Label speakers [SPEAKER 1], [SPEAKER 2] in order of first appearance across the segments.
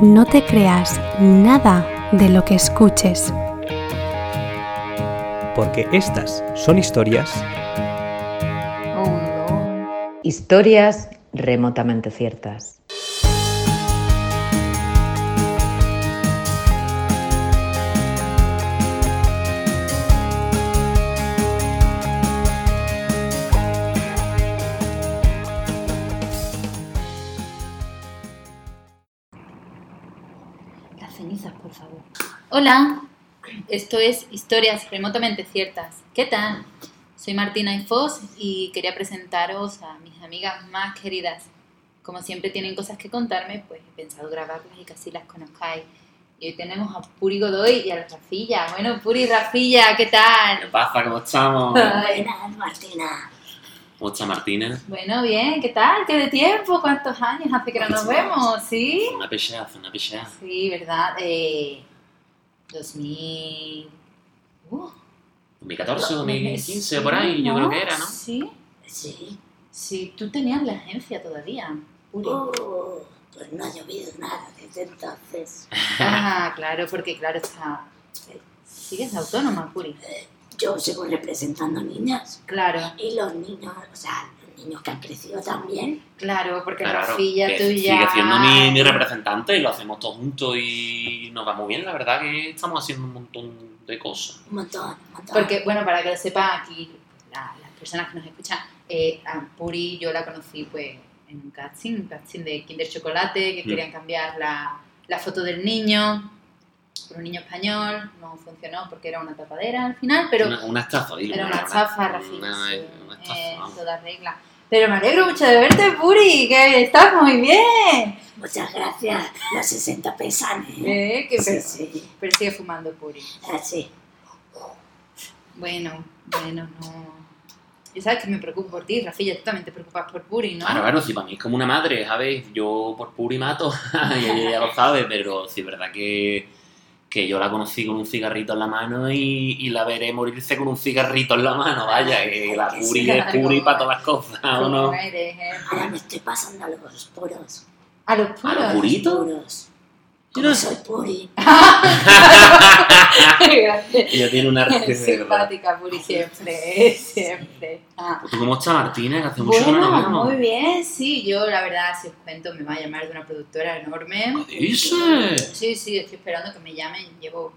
[SPEAKER 1] no te creas nada de lo que escuches.
[SPEAKER 2] Porque estas son historias
[SPEAKER 3] Oh,
[SPEAKER 4] Historias remotamente ciertas.
[SPEAKER 3] Las cenizas, por favor. Hola, esto es Historias remotamente ciertas. ¿Qué tal? Soy Martina Ifos y quería presentaros a mis amigas más queridas. Como siempre tienen cosas que contarme, pues he pensado grabarlas y que así las conozcáis. Y hoy tenemos a Puri Godoy y a la Rafilla. Bueno, Puri, Rafilla, ¿qué
[SPEAKER 5] ¿Qué
[SPEAKER 3] tal?
[SPEAKER 5] pasa? ¿Cómo estamos?
[SPEAKER 3] Ay,
[SPEAKER 5] ¿Cómo está Martina?
[SPEAKER 3] Bueno, bien, ¿qué tal? ¿Qué de tiempo? ¿Cuántos años hace que no nos vemos? ¿Sí?
[SPEAKER 5] Una pechada, una pechada.
[SPEAKER 3] Sí, ¿verdad? Eh, 2000... Uh,
[SPEAKER 5] 2014, 2015, por ahí, yo creo que era, ¿no?
[SPEAKER 3] Sí,
[SPEAKER 6] Sí.
[SPEAKER 3] sí, tú tenías la agencia todavía. Puri.
[SPEAKER 6] Oh, pues no ha llovido nada desde entonces.
[SPEAKER 3] Ah, claro, porque claro, está... Sigues autónoma, Puri.
[SPEAKER 6] Yo sigo representando niñas.
[SPEAKER 3] Claro,
[SPEAKER 6] Y los niños, o sea, los niños que han crecido también.
[SPEAKER 3] claro, porque
[SPEAKER 5] Claro,
[SPEAKER 3] Rafilla
[SPEAKER 5] que
[SPEAKER 3] tú ya...
[SPEAKER 5] sigue siendo mi, mi representante y lo hacemos todos juntos y nos va muy bien, la verdad que estamos haciendo un montón de cosas.
[SPEAKER 6] Un montón, un montón.
[SPEAKER 3] Porque, bueno, para que lo sepan aquí, la- las personas que nos escuchan, eh, a Puri yo la conocí pues en un casting, un casting de Kinder Chocolate, que
[SPEAKER 5] Mm.
[SPEAKER 3] querían cambiar la, la foto del niño por un niño español, no funcionó porque era una tapadera al final, pero
[SPEAKER 5] una, una estafa, dilo.
[SPEAKER 3] era una chafa, Rafi,
[SPEAKER 5] Una,
[SPEAKER 3] sí,
[SPEAKER 5] una estafa,
[SPEAKER 3] eh,
[SPEAKER 5] vamos.
[SPEAKER 3] toda regla. Pero me alegro mucho de verte, Puri, que estás muy bien.
[SPEAKER 6] Muchas gracias. Los 60 pesanes.
[SPEAKER 3] Eh, que
[SPEAKER 6] Sí,
[SPEAKER 3] pero,
[SPEAKER 6] sí. Ah,
[SPEAKER 3] pero sigue fumando, Puri.
[SPEAKER 6] Así.
[SPEAKER 3] Bueno, bueno, no. Y sabes que me preocupo por ti, Rafilla, tú también te preocupas por Puri, ¿no?
[SPEAKER 5] Claro, Ah, claro, si para mí es como una madre, ¿sabes? Yo por puro y mato, y ella ya lo sabe, pero sí, es verdad que, que yo la conocí con un cigarrito en la mano y, y la veré morirse con un cigarrito en la mano, vaya, que la
[SPEAKER 6] Que sí,
[SPEAKER 5] puri es
[SPEAKER 3] claro.
[SPEAKER 5] puri para todas las cosas, ¿o
[SPEAKER 3] Como
[SPEAKER 5] no?
[SPEAKER 3] eres, eh.
[SPEAKER 6] Ahora me estoy pasando a los puros.
[SPEAKER 3] A los
[SPEAKER 5] ¿A
[SPEAKER 3] puros.
[SPEAKER 5] lo purito?
[SPEAKER 6] Puros. Como
[SPEAKER 5] no-
[SPEAKER 6] soy puri.
[SPEAKER 5] Ella tiene una arte de verdad.
[SPEAKER 3] Simpática, Puri, siempre, eh, siempre. Ah.
[SPEAKER 5] Pues ¿Tú cómo estás, Martina? Que hace mucho que no
[SPEAKER 3] Bueno,
[SPEAKER 5] nos
[SPEAKER 3] muy
[SPEAKER 5] vemos.
[SPEAKER 3] bien, sí, yo la verdad, si os cuento, me va a llamar de una productora enorme.
[SPEAKER 5] ¿Qué dices?
[SPEAKER 3] Sí, sí, estoy esperando que me llamen, llevo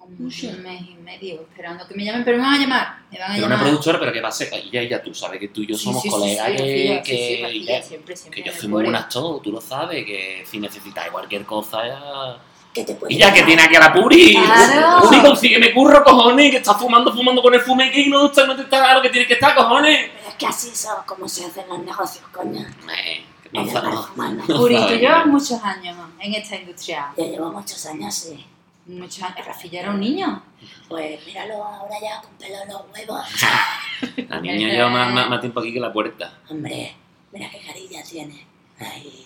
[SPEAKER 3] un
[SPEAKER 6] Mucho.
[SPEAKER 3] mes y medio esperando que me llamen, pero me van a llamar, me van a
[SPEAKER 5] Pero una
[SPEAKER 3] llamar.
[SPEAKER 5] productora, pero ¿qué pasa? Ella y ya tú sabes que tú y yo
[SPEAKER 3] Sí,
[SPEAKER 5] somos
[SPEAKER 3] sí, sí,
[SPEAKER 5] colegas
[SPEAKER 3] sí,
[SPEAKER 5] que,
[SPEAKER 3] Rafilla, sí, sí,
[SPEAKER 5] que-
[SPEAKER 3] Rafilla,
[SPEAKER 5] que-
[SPEAKER 3] siempre, siempre
[SPEAKER 5] que yo
[SPEAKER 3] en el
[SPEAKER 5] soy muy
[SPEAKER 3] core.
[SPEAKER 5] buen actor, tú lo sabes, que si necesitáis cualquier cosa ya...
[SPEAKER 6] Que te puedo
[SPEAKER 5] Y ya que tiene aquí a la Puri.
[SPEAKER 3] Claro.
[SPEAKER 5] Puri, consígueme curro, cojones, que está fumando, fumando con el fume que no está, no te está a lo que tiene que estar, cojones.
[SPEAKER 6] Pero es que así es como se hacen los negocios, coño.
[SPEAKER 5] Eh, que
[SPEAKER 6] Me
[SPEAKER 5] no
[SPEAKER 6] llaman
[SPEAKER 5] sabes.
[SPEAKER 6] fumando.
[SPEAKER 3] Puri, tú
[SPEAKER 5] Ay,
[SPEAKER 3] llevas
[SPEAKER 5] mira.
[SPEAKER 3] muchos años en esta industria.
[SPEAKER 6] Ya llevo muchos años, sí.
[SPEAKER 3] Muchos años. Rafilla era un niño.
[SPEAKER 6] Pues míralo ahora ya con pelo en los huevos.
[SPEAKER 3] eh,
[SPEAKER 5] La niña lleva más, más- más tiempo aquí que la puerta.
[SPEAKER 6] Hombre, mira qué carilla tiene. Ay,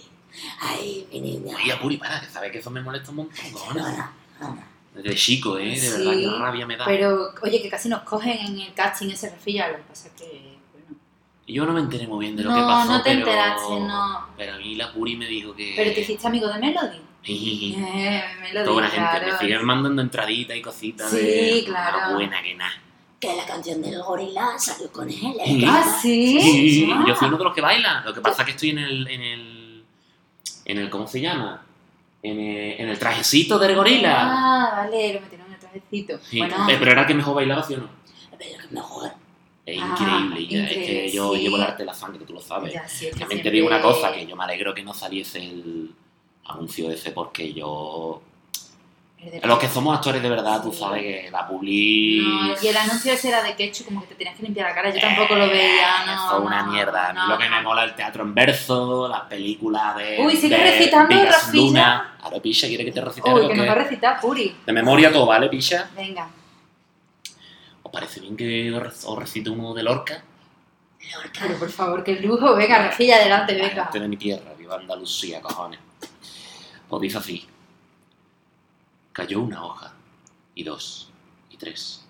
[SPEAKER 6] ay, mi niña.
[SPEAKER 5] Oye, Puri, para, que sabes que eso me molesta un montón, cojones.
[SPEAKER 6] Perdona, perdona.
[SPEAKER 5] Desde chico, eh, de
[SPEAKER 3] Sí,
[SPEAKER 5] verdad, qué rabia me da.
[SPEAKER 3] Pero, oye, que casi nos cogen en el casting ese Rafilla. Lo que pasa es que, bueno.
[SPEAKER 5] Y Yo no me enteré muy bien de lo que
[SPEAKER 3] No,
[SPEAKER 5] pasó,
[SPEAKER 3] no te
[SPEAKER 5] pero...
[SPEAKER 3] enteraste, no.
[SPEAKER 5] Pero a mí la Puri me dijo que...
[SPEAKER 3] Pero te hiciste amigo de Melody.
[SPEAKER 5] Sí,
[SPEAKER 3] Eh, Melody,
[SPEAKER 5] Toda la gente, me
[SPEAKER 3] claro.
[SPEAKER 5] siguen mandando entraditas y cositas
[SPEAKER 3] Sí,
[SPEAKER 5] de... "Ah,
[SPEAKER 3] claro.
[SPEAKER 5] Buena que nada.
[SPEAKER 6] Que la canción del gorila salió con él. ¿eh?
[SPEAKER 5] Sí.
[SPEAKER 3] Ah, sí.
[SPEAKER 5] Sí, sí, sí.
[SPEAKER 3] Ah.
[SPEAKER 5] yo soy uno de los que baila. Lo que pasa es que estoy en el. En el, en el ¿Cómo se llama? En el, en el trajecito del gorila.
[SPEAKER 3] Ah, vale, lo metieron en el trajecito.
[SPEAKER 5] Sí,
[SPEAKER 3] Bueno,
[SPEAKER 5] eh, pero era que mejor bailaba, ¿sí o no?
[SPEAKER 6] Pero que mejor.
[SPEAKER 5] Es
[SPEAKER 3] Ah,
[SPEAKER 5] increíble, ya, es
[SPEAKER 3] increíble,
[SPEAKER 5] que yo
[SPEAKER 3] sí.
[SPEAKER 5] llevo el arte de la sangre, que tú lo sabes.
[SPEAKER 3] ya, sí, es que
[SPEAKER 5] También te
[SPEAKER 3] siempre-
[SPEAKER 5] digo una cosa, que yo me alegro que no saliese el anuncio ese, porque yo.
[SPEAKER 3] Perder-
[SPEAKER 5] Los que somos actores de verdad, tú
[SPEAKER 3] Sí.
[SPEAKER 5] sabes que la publi.
[SPEAKER 3] No, y el anuncio ese era de ketchup, como que te tenías que limpiar la cara. Yo tampoco lo veía, no.
[SPEAKER 5] Eh, Fue Eh, una
[SPEAKER 3] no,
[SPEAKER 5] mierda. A mí
[SPEAKER 3] no,
[SPEAKER 5] lo que
[SPEAKER 3] no.
[SPEAKER 5] me mola es el teatro en verso, las películas de.
[SPEAKER 3] Uy, sigue
[SPEAKER 5] de
[SPEAKER 3] recitando,
[SPEAKER 5] Vigas
[SPEAKER 3] Rafilla.
[SPEAKER 5] Luna. Ahora, Picha, ¿quiere que te recite
[SPEAKER 3] Uy,
[SPEAKER 5] algo?
[SPEAKER 3] que nos
[SPEAKER 5] que-
[SPEAKER 3] va a recitar Puri.
[SPEAKER 5] De memoria todo, ¿vale, Picha?
[SPEAKER 3] Venga.
[SPEAKER 5] ¿Os parece bien que os re- os recite uno de Lorca?
[SPEAKER 3] Pero por favor, qué lujo. Venga, Rafilla, adelante, venga.
[SPEAKER 5] Gente de mi tierra, viva Andalucía, cojones. Os dice así. Cayó una hoja, y dos, y tres.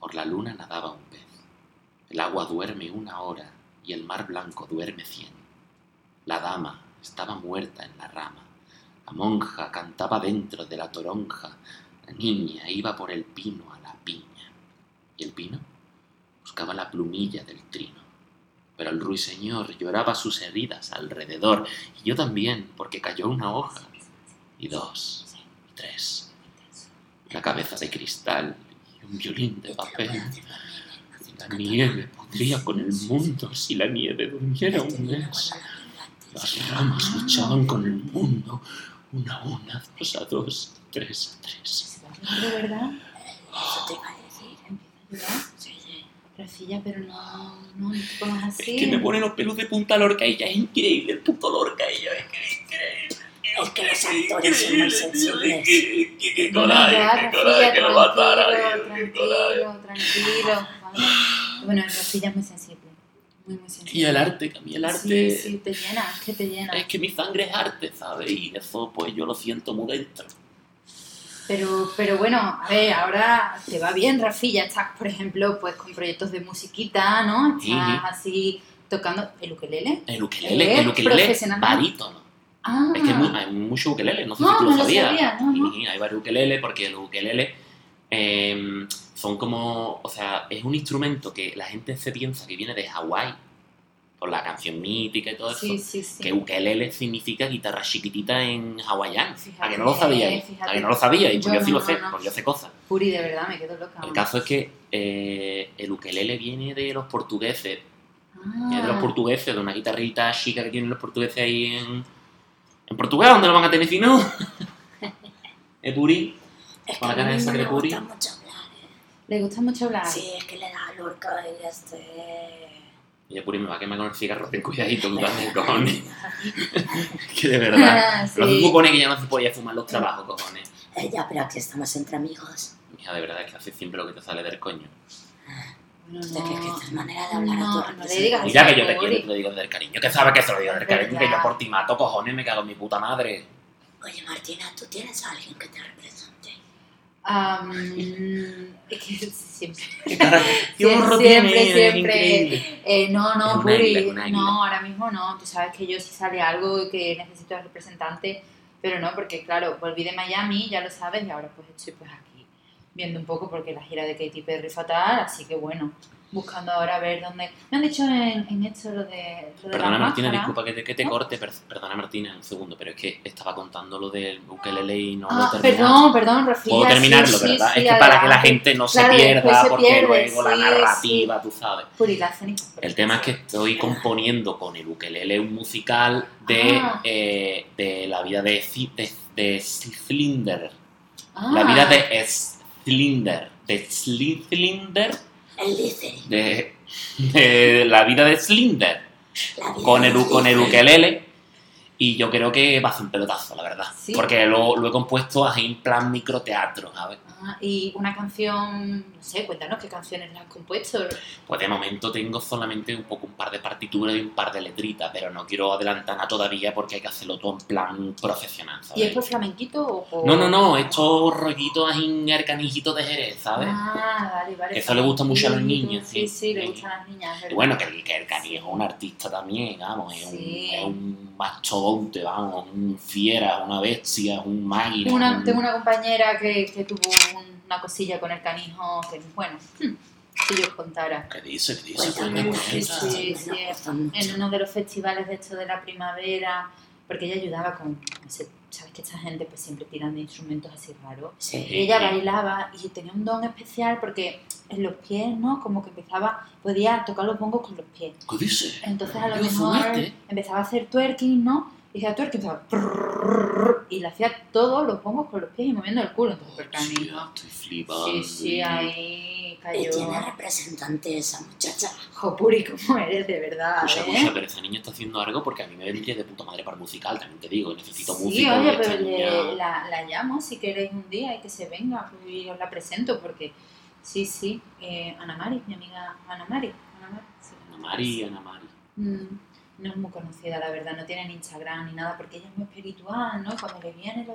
[SPEAKER 5] Por la luna nadaba un pez. El agua duerme una hora y el mar blanco duerme cien. La dama estaba muerta en la rama. La monja cantaba dentro de la toronja. La niña iba por el pino a la piña. Y el pino buscaba la plumilla del trino. Pero el ruiseñor lloraba sus heridas alrededor. Y yo también, porque cayó una hoja. Y dos, y tres. Una cabeza de cristal y un violín de papel. La nieve podría con el mundo si la nieve durmiera un mes. Las ramas luchaban con el mundo, una a una, dos a dos, tres a tres.
[SPEAKER 3] ¿De verdad?
[SPEAKER 6] Eso te iba a decir.
[SPEAKER 3] ¿Verdad?
[SPEAKER 6] Sí, sí.
[SPEAKER 3] Rafilla, pero no, no, no te pongas así.
[SPEAKER 5] Es que me pone los pelos de punta Lorca y ya es increíble el puto Lorca y ya es que es
[SPEAKER 6] Es que los actores son muy sensibles.
[SPEAKER 5] increíble. Qué- Qué
[SPEAKER 3] Bueno,
[SPEAKER 5] coraje,
[SPEAKER 3] ya,
[SPEAKER 5] qué coraje
[SPEAKER 3] Rafilla,
[SPEAKER 5] que lo matara.
[SPEAKER 3] tranquilo,
[SPEAKER 5] qué coraje.
[SPEAKER 3] Tranquilo, tranquilo. ¿vale? Bueno, Rafilla es muy sensible. Muy, muy sensible.
[SPEAKER 5] Y el arte, que a mí el
[SPEAKER 3] Sí,
[SPEAKER 5] arte.
[SPEAKER 3] sí, te llena, es que te llena.
[SPEAKER 5] Es que mi sangre es arte, ¿sabes? Y eso, pues yo lo siento muy dentro.
[SPEAKER 3] Pero, pero bueno, a ver, ahora te va bien, Rafilla. Estás, por ejemplo, pues con proyectos de musiquita, ¿no? Estás
[SPEAKER 5] Ujú.
[SPEAKER 3] así tocando el ukelele.
[SPEAKER 5] El ukelele, el
[SPEAKER 3] Eh,
[SPEAKER 5] ukelele,
[SPEAKER 3] profesional.
[SPEAKER 5] barítono.
[SPEAKER 3] Ah,
[SPEAKER 5] Es que mu- hay mucho ukelele, no sé
[SPEAKER 3] No,
[SPEAKER 5] si tú
[SPEAKER 3] no
[SPEAKER 5] lo
[SPEAKER 3] lo
[SPEAKER 5] sabías.
[SPEAKER 3] sabía, no, no.
[SPEAKER 5] Y hay varios ukelele porque los ukelele eh, son como, o sea, es un instrumento que la gente se piensa que viene de Hawái, por la canción mítica y todo eso.
[SPEAKER 3] sí, sí, sí.
[SPEAKER 5] Que ukelele significa guitarra chiquitita en hawaiano. ¿A
[SPEAKER 3] Fíjate,
[SPEAKER 5] que no lo sabíais?
[SPEAKER 3] fíjate.
[SPEAKER 5] ¿A que no lo sabíais? Pues
[SPEAKER 3] Yo
[SPEAKER 5] yo, sí
[SPEAKER 3] no,
[SPEAKER 5] lo sé,
[SPEAKER 3] no, no.
[SPEAKER 5] porque yo sé cosas.
[SPEAKER 3] Puri, de verdad, me quedo loca.
[SPEAKER 5] El caso es que eh, el ukelele viene de los portugueses,
[SPEAKER 3] Ah.
[SPEAKER 5] es de los portugueses, de una guitarrita chica que tienen los portugueses ahí en, en Portugal, donde lo van a tener si no. Epuri,
[SPEAKER 6] Es que
[SPEAKER 5] Para
[SPEAKER 6] a mí
[SPEAKER 5] ganar esa
[SPEAKER 6] no me
[SPEAKER 5] Gregori.
[SPEAKER 6] gusta mucho hablar. ¿eh?
[SPEAKER 3] Le gusta mucho hablar.
[SPEAKER 6] Sí, es que le da a Lorca y este...
[SPEAKER 5] y Epuri me va a quemar con el cigarro, ten cuidadito, tú también, cojones. que de verdad.
[SPEAKER 3] Sí.
[SPEAKER 5] Los bucones que ya no se podía fumar los trabajos, cojones.
[SPEAKER 6] Eh, ya, pero aquí estamos entre amigos.
[SPEAKER 5] Mija, de verdad es que haces siempre lo que te sale del coño.
[SPEAKER 3] Bueno,
[SPEAKER 6] ¿Tú te crees que
[SPEAKER 3] no.
[SPEAKER 6] esta es manera de hablar a
[SPEAKER 3] No,
[SPEAKER 6] tu
[SPEAKER 3] no le
[SPEAKER 6] representante?
[SPEAKER 3] digas
[SPEAKER 5] Mira que yo te
[SPEAKER 3] Epuri.
[SPEAKER 5] quiero y te lo digo del cariño, que sabes que se lo digo del cariño, que
[SPEAKER 3] Verdad.
[SPEAKER 5] yo por ti mato, cojones, me cago en mi puta madre.
[SPEAKER 6] Oye, Martina, ¿tú tienes a alguien que te represente?
[SPEAKER 3] Ah, mm, es que siempre.
[SPEAKER 5] Qué cara- qué horror
[SPEAKER 3] siempre,
[SPEAKER 5] tiene, es
[SPEAKER 3] siempre.
[SPEAKER 5] increíble.
[SPEAKER 3] Eh, no,
[SPEAKER 5] Es
[SPEAKER 3] no,
[SPEAKER 5] un
[SPEAKER 3] Puri,
[SPEAKER 5] águila, es un águila.
[SPEAKER 3] no, ahora mismo no. Tú sabes que yo si sale algo y que necesito al representante, pero no, porque claro, volví de Miami, ya lo sabes, y ahora pues estoy pues aquí viendo un poco porque la gira de Katy Perry fatal, así que bueno, buscando ahora a ver dónde. Me han dicho en, en esto lo de, lo de la
[SPEAKER 5] Perdona Martina,
[SPEAKER 3] máscara.
[SPEAKER 5] disculpa que te, que te
[SPEAKER 3] ¿No?
[SPEAKER 5] corte, per- perdona Martina, un segundo, pero es que estaba contando lo del ukelele y no
[SPEAKER 3] Ah,
[SPEAKER 5] lo he terminado.
[SPEAKER 3] perdón, perdón, Rafilla.
[SPEAKER 5] Puedo
[SPEAKER 3] sí,
[SPEAKER 5] terminarlo,
[SPEAKER 3] sí,
[SPEAKER 5] ¿verdad?
[SPEAKER 3] sí,
[SPEAKER 5] es que para que la
[SPEAKER 3] adelante.
[SPEAKER 5] gente no
[SPEAKER 3] Claro,
[SPEAKER 5] se
[SPEAKER 3] después
[SPEAKER 5] pierda,
[SPEAKER 3] se
[SPEAKER 5] porque
[SPEAKER 3] pierde,
[SPEAKER 5] luego la
[SPEAKER 3] sí,
[SPEAKER 5] narrativa, tú sabes.
[SPEAKER 3] Puri, la ceniza.
[SPEAKER 5] El tema es que estoy componiendo con el ukelele un musical de,
[SPEAKER 3] Ah.
[SPEAKER 5] eh, de la vida de, Ci- de, de Slinder.
[SPEAKER 3] Ah,
[SPEAKER 5] La vida de Slinder. De Slinder.
[SPEAKER 6] Él dice...
[SPEAKER 5] De, de la vida de Slinder.
[SPEAKER 6] La vida
[SPEAKER 5] con el,
[SPEAKER 6] es
[SPEAKER 5] con el
[SPEAKER 6] difícil.
[SPEAKER 5] ukelele y yo creo que va a ser un pelotazo, la verdad.
[SPEAKER 3] Sí.
[SPEAKER 5] Porque lo, lo he compuesto así en plan microteatro, ¿sabes?
[SPEAKER 3] Ah, y una canción, no sé, cuéntanos qué canciones las has compuesto.
[SPEAKER 5] Pues de momento tengo solamente un poco un par de partituras y un par de letritas, pero no quiero adelantarla todavía porque hay que hacerlo todo en plan profesional,
[SPEAKER 3] ¿Y es
[SPEAKER 5] ¿sabes?
[SPEAKER 3] por flamenquito o por.?
[SPEAKER 5] No, no, no, estos rollitos así arcanillitos de Jerez, ¿sabes?
[SPEAKER 3] Ah, vale, vale.
[SPEAKER 5] Que eso le gusta mucho a los niños,
[SPEAKER 3] Sí,
[SPEAKER 5] sí.
[SPEAKER 3] sí, le
[SPEAKER 5] Sí.
[SPEAKER 3] gustan a las niñas. es
[SPEAKER 5] Y
[SPEAKER 3] verdad.
[SPEAKER 5] bueno, que el, que el Cani es un artista también, vamos, es,
[SPEAKER 3] Sí.
[SPEAKER 5] un, es un mastodonte, vamos, un fiera, una bestia, un máquina.
[SPEAKER 3] Tengo
[SPEAKER 5] un-
[SPEAKER 3] una, tengo una compañera que, que tuvo un- una cosilla con el canijo que, bueno, hmm, si yo os contara.
[SPEAKER 5] ¿Qué dice? ¿Qué dice?
[SPEAKER 6] Cuéntame,
[SPEAKER 5] ¿Qué
[SPEAKER 3] Sí,
[SPEAKER 6] porque
[SPEAKER 3] sí,
[SPEAKER 5] cuenta?
[SPEAKER 6] esto me lo gusta mucho.
[SPEAKER 3] En uno de los festivales de esto de la primavera, porque ella ayudaba con. no sé, sabes que esta gente pues siempre tiran de instrumentos así raros.
[SPEAKER 6] Sí.
[SPEAKER 3] Y ella bailaba y tenía un don especial porque en los pies, ¿no? Como que empezaba, podía tocar los bongos con los pies.
[SPEAKER 5] ¿Qué dice?
[SPEAKER 3] Entonces a lo
[SPEAKER 5] Dios,
[SPEAKER 3] mejor
[SPEAKER 5] fuerte.
[SPEAKER 3] empezaba a hacer twerking, ¿no? Y hacía twerking, empezaba prrrr, y le hacía todos los bongos con los pies y moviendo el culo. Entonces, el
[SPEAKER 5] Hostia,
[SPEAKER 3] canijo.
[SPEAKER 5] estoy flipando.
[SPEAKER 3] Sí, sí, ahí
[SPEAKER 6] Y
[SPEAKER 3] cayó.
[SPEAKER 6] tiene representante esa muchacha.
[SPEAKER 3] Jopuri, ¿cómo eres de verdad?
[SPEAKER 5] Escucha, escucha,
[SPEAKER 3] ¿eh?
[SPEAKER 5] pero esta niña está haciendo algo porque a mí me vendría de puta madre para el musical, también te digo, necesito
[SPEAKER 3] Sí,
[SPEAKER 5] músico. y
[SPEAKER 3] oye,
[SPEAKER 5] esta
[SPEAKER 3] pero le-
[SPEAKER 5] niña-
[SPEAKER 3] la, la llamo si queréis un día y que se venga pues, y os la presento porque sí, sí, eh, Ana Mari, mi amiga Ana Mari. Ana Mari, sí.
[SPEAKER 5] Ana Mari, Ana Mari.
[SPEAKER 3] Mm, No es muy conocida, la verdad, no tiene ni Instagram ni nada, porque ella es muy espiritual, ¿no? Y Cuando le viene, lo...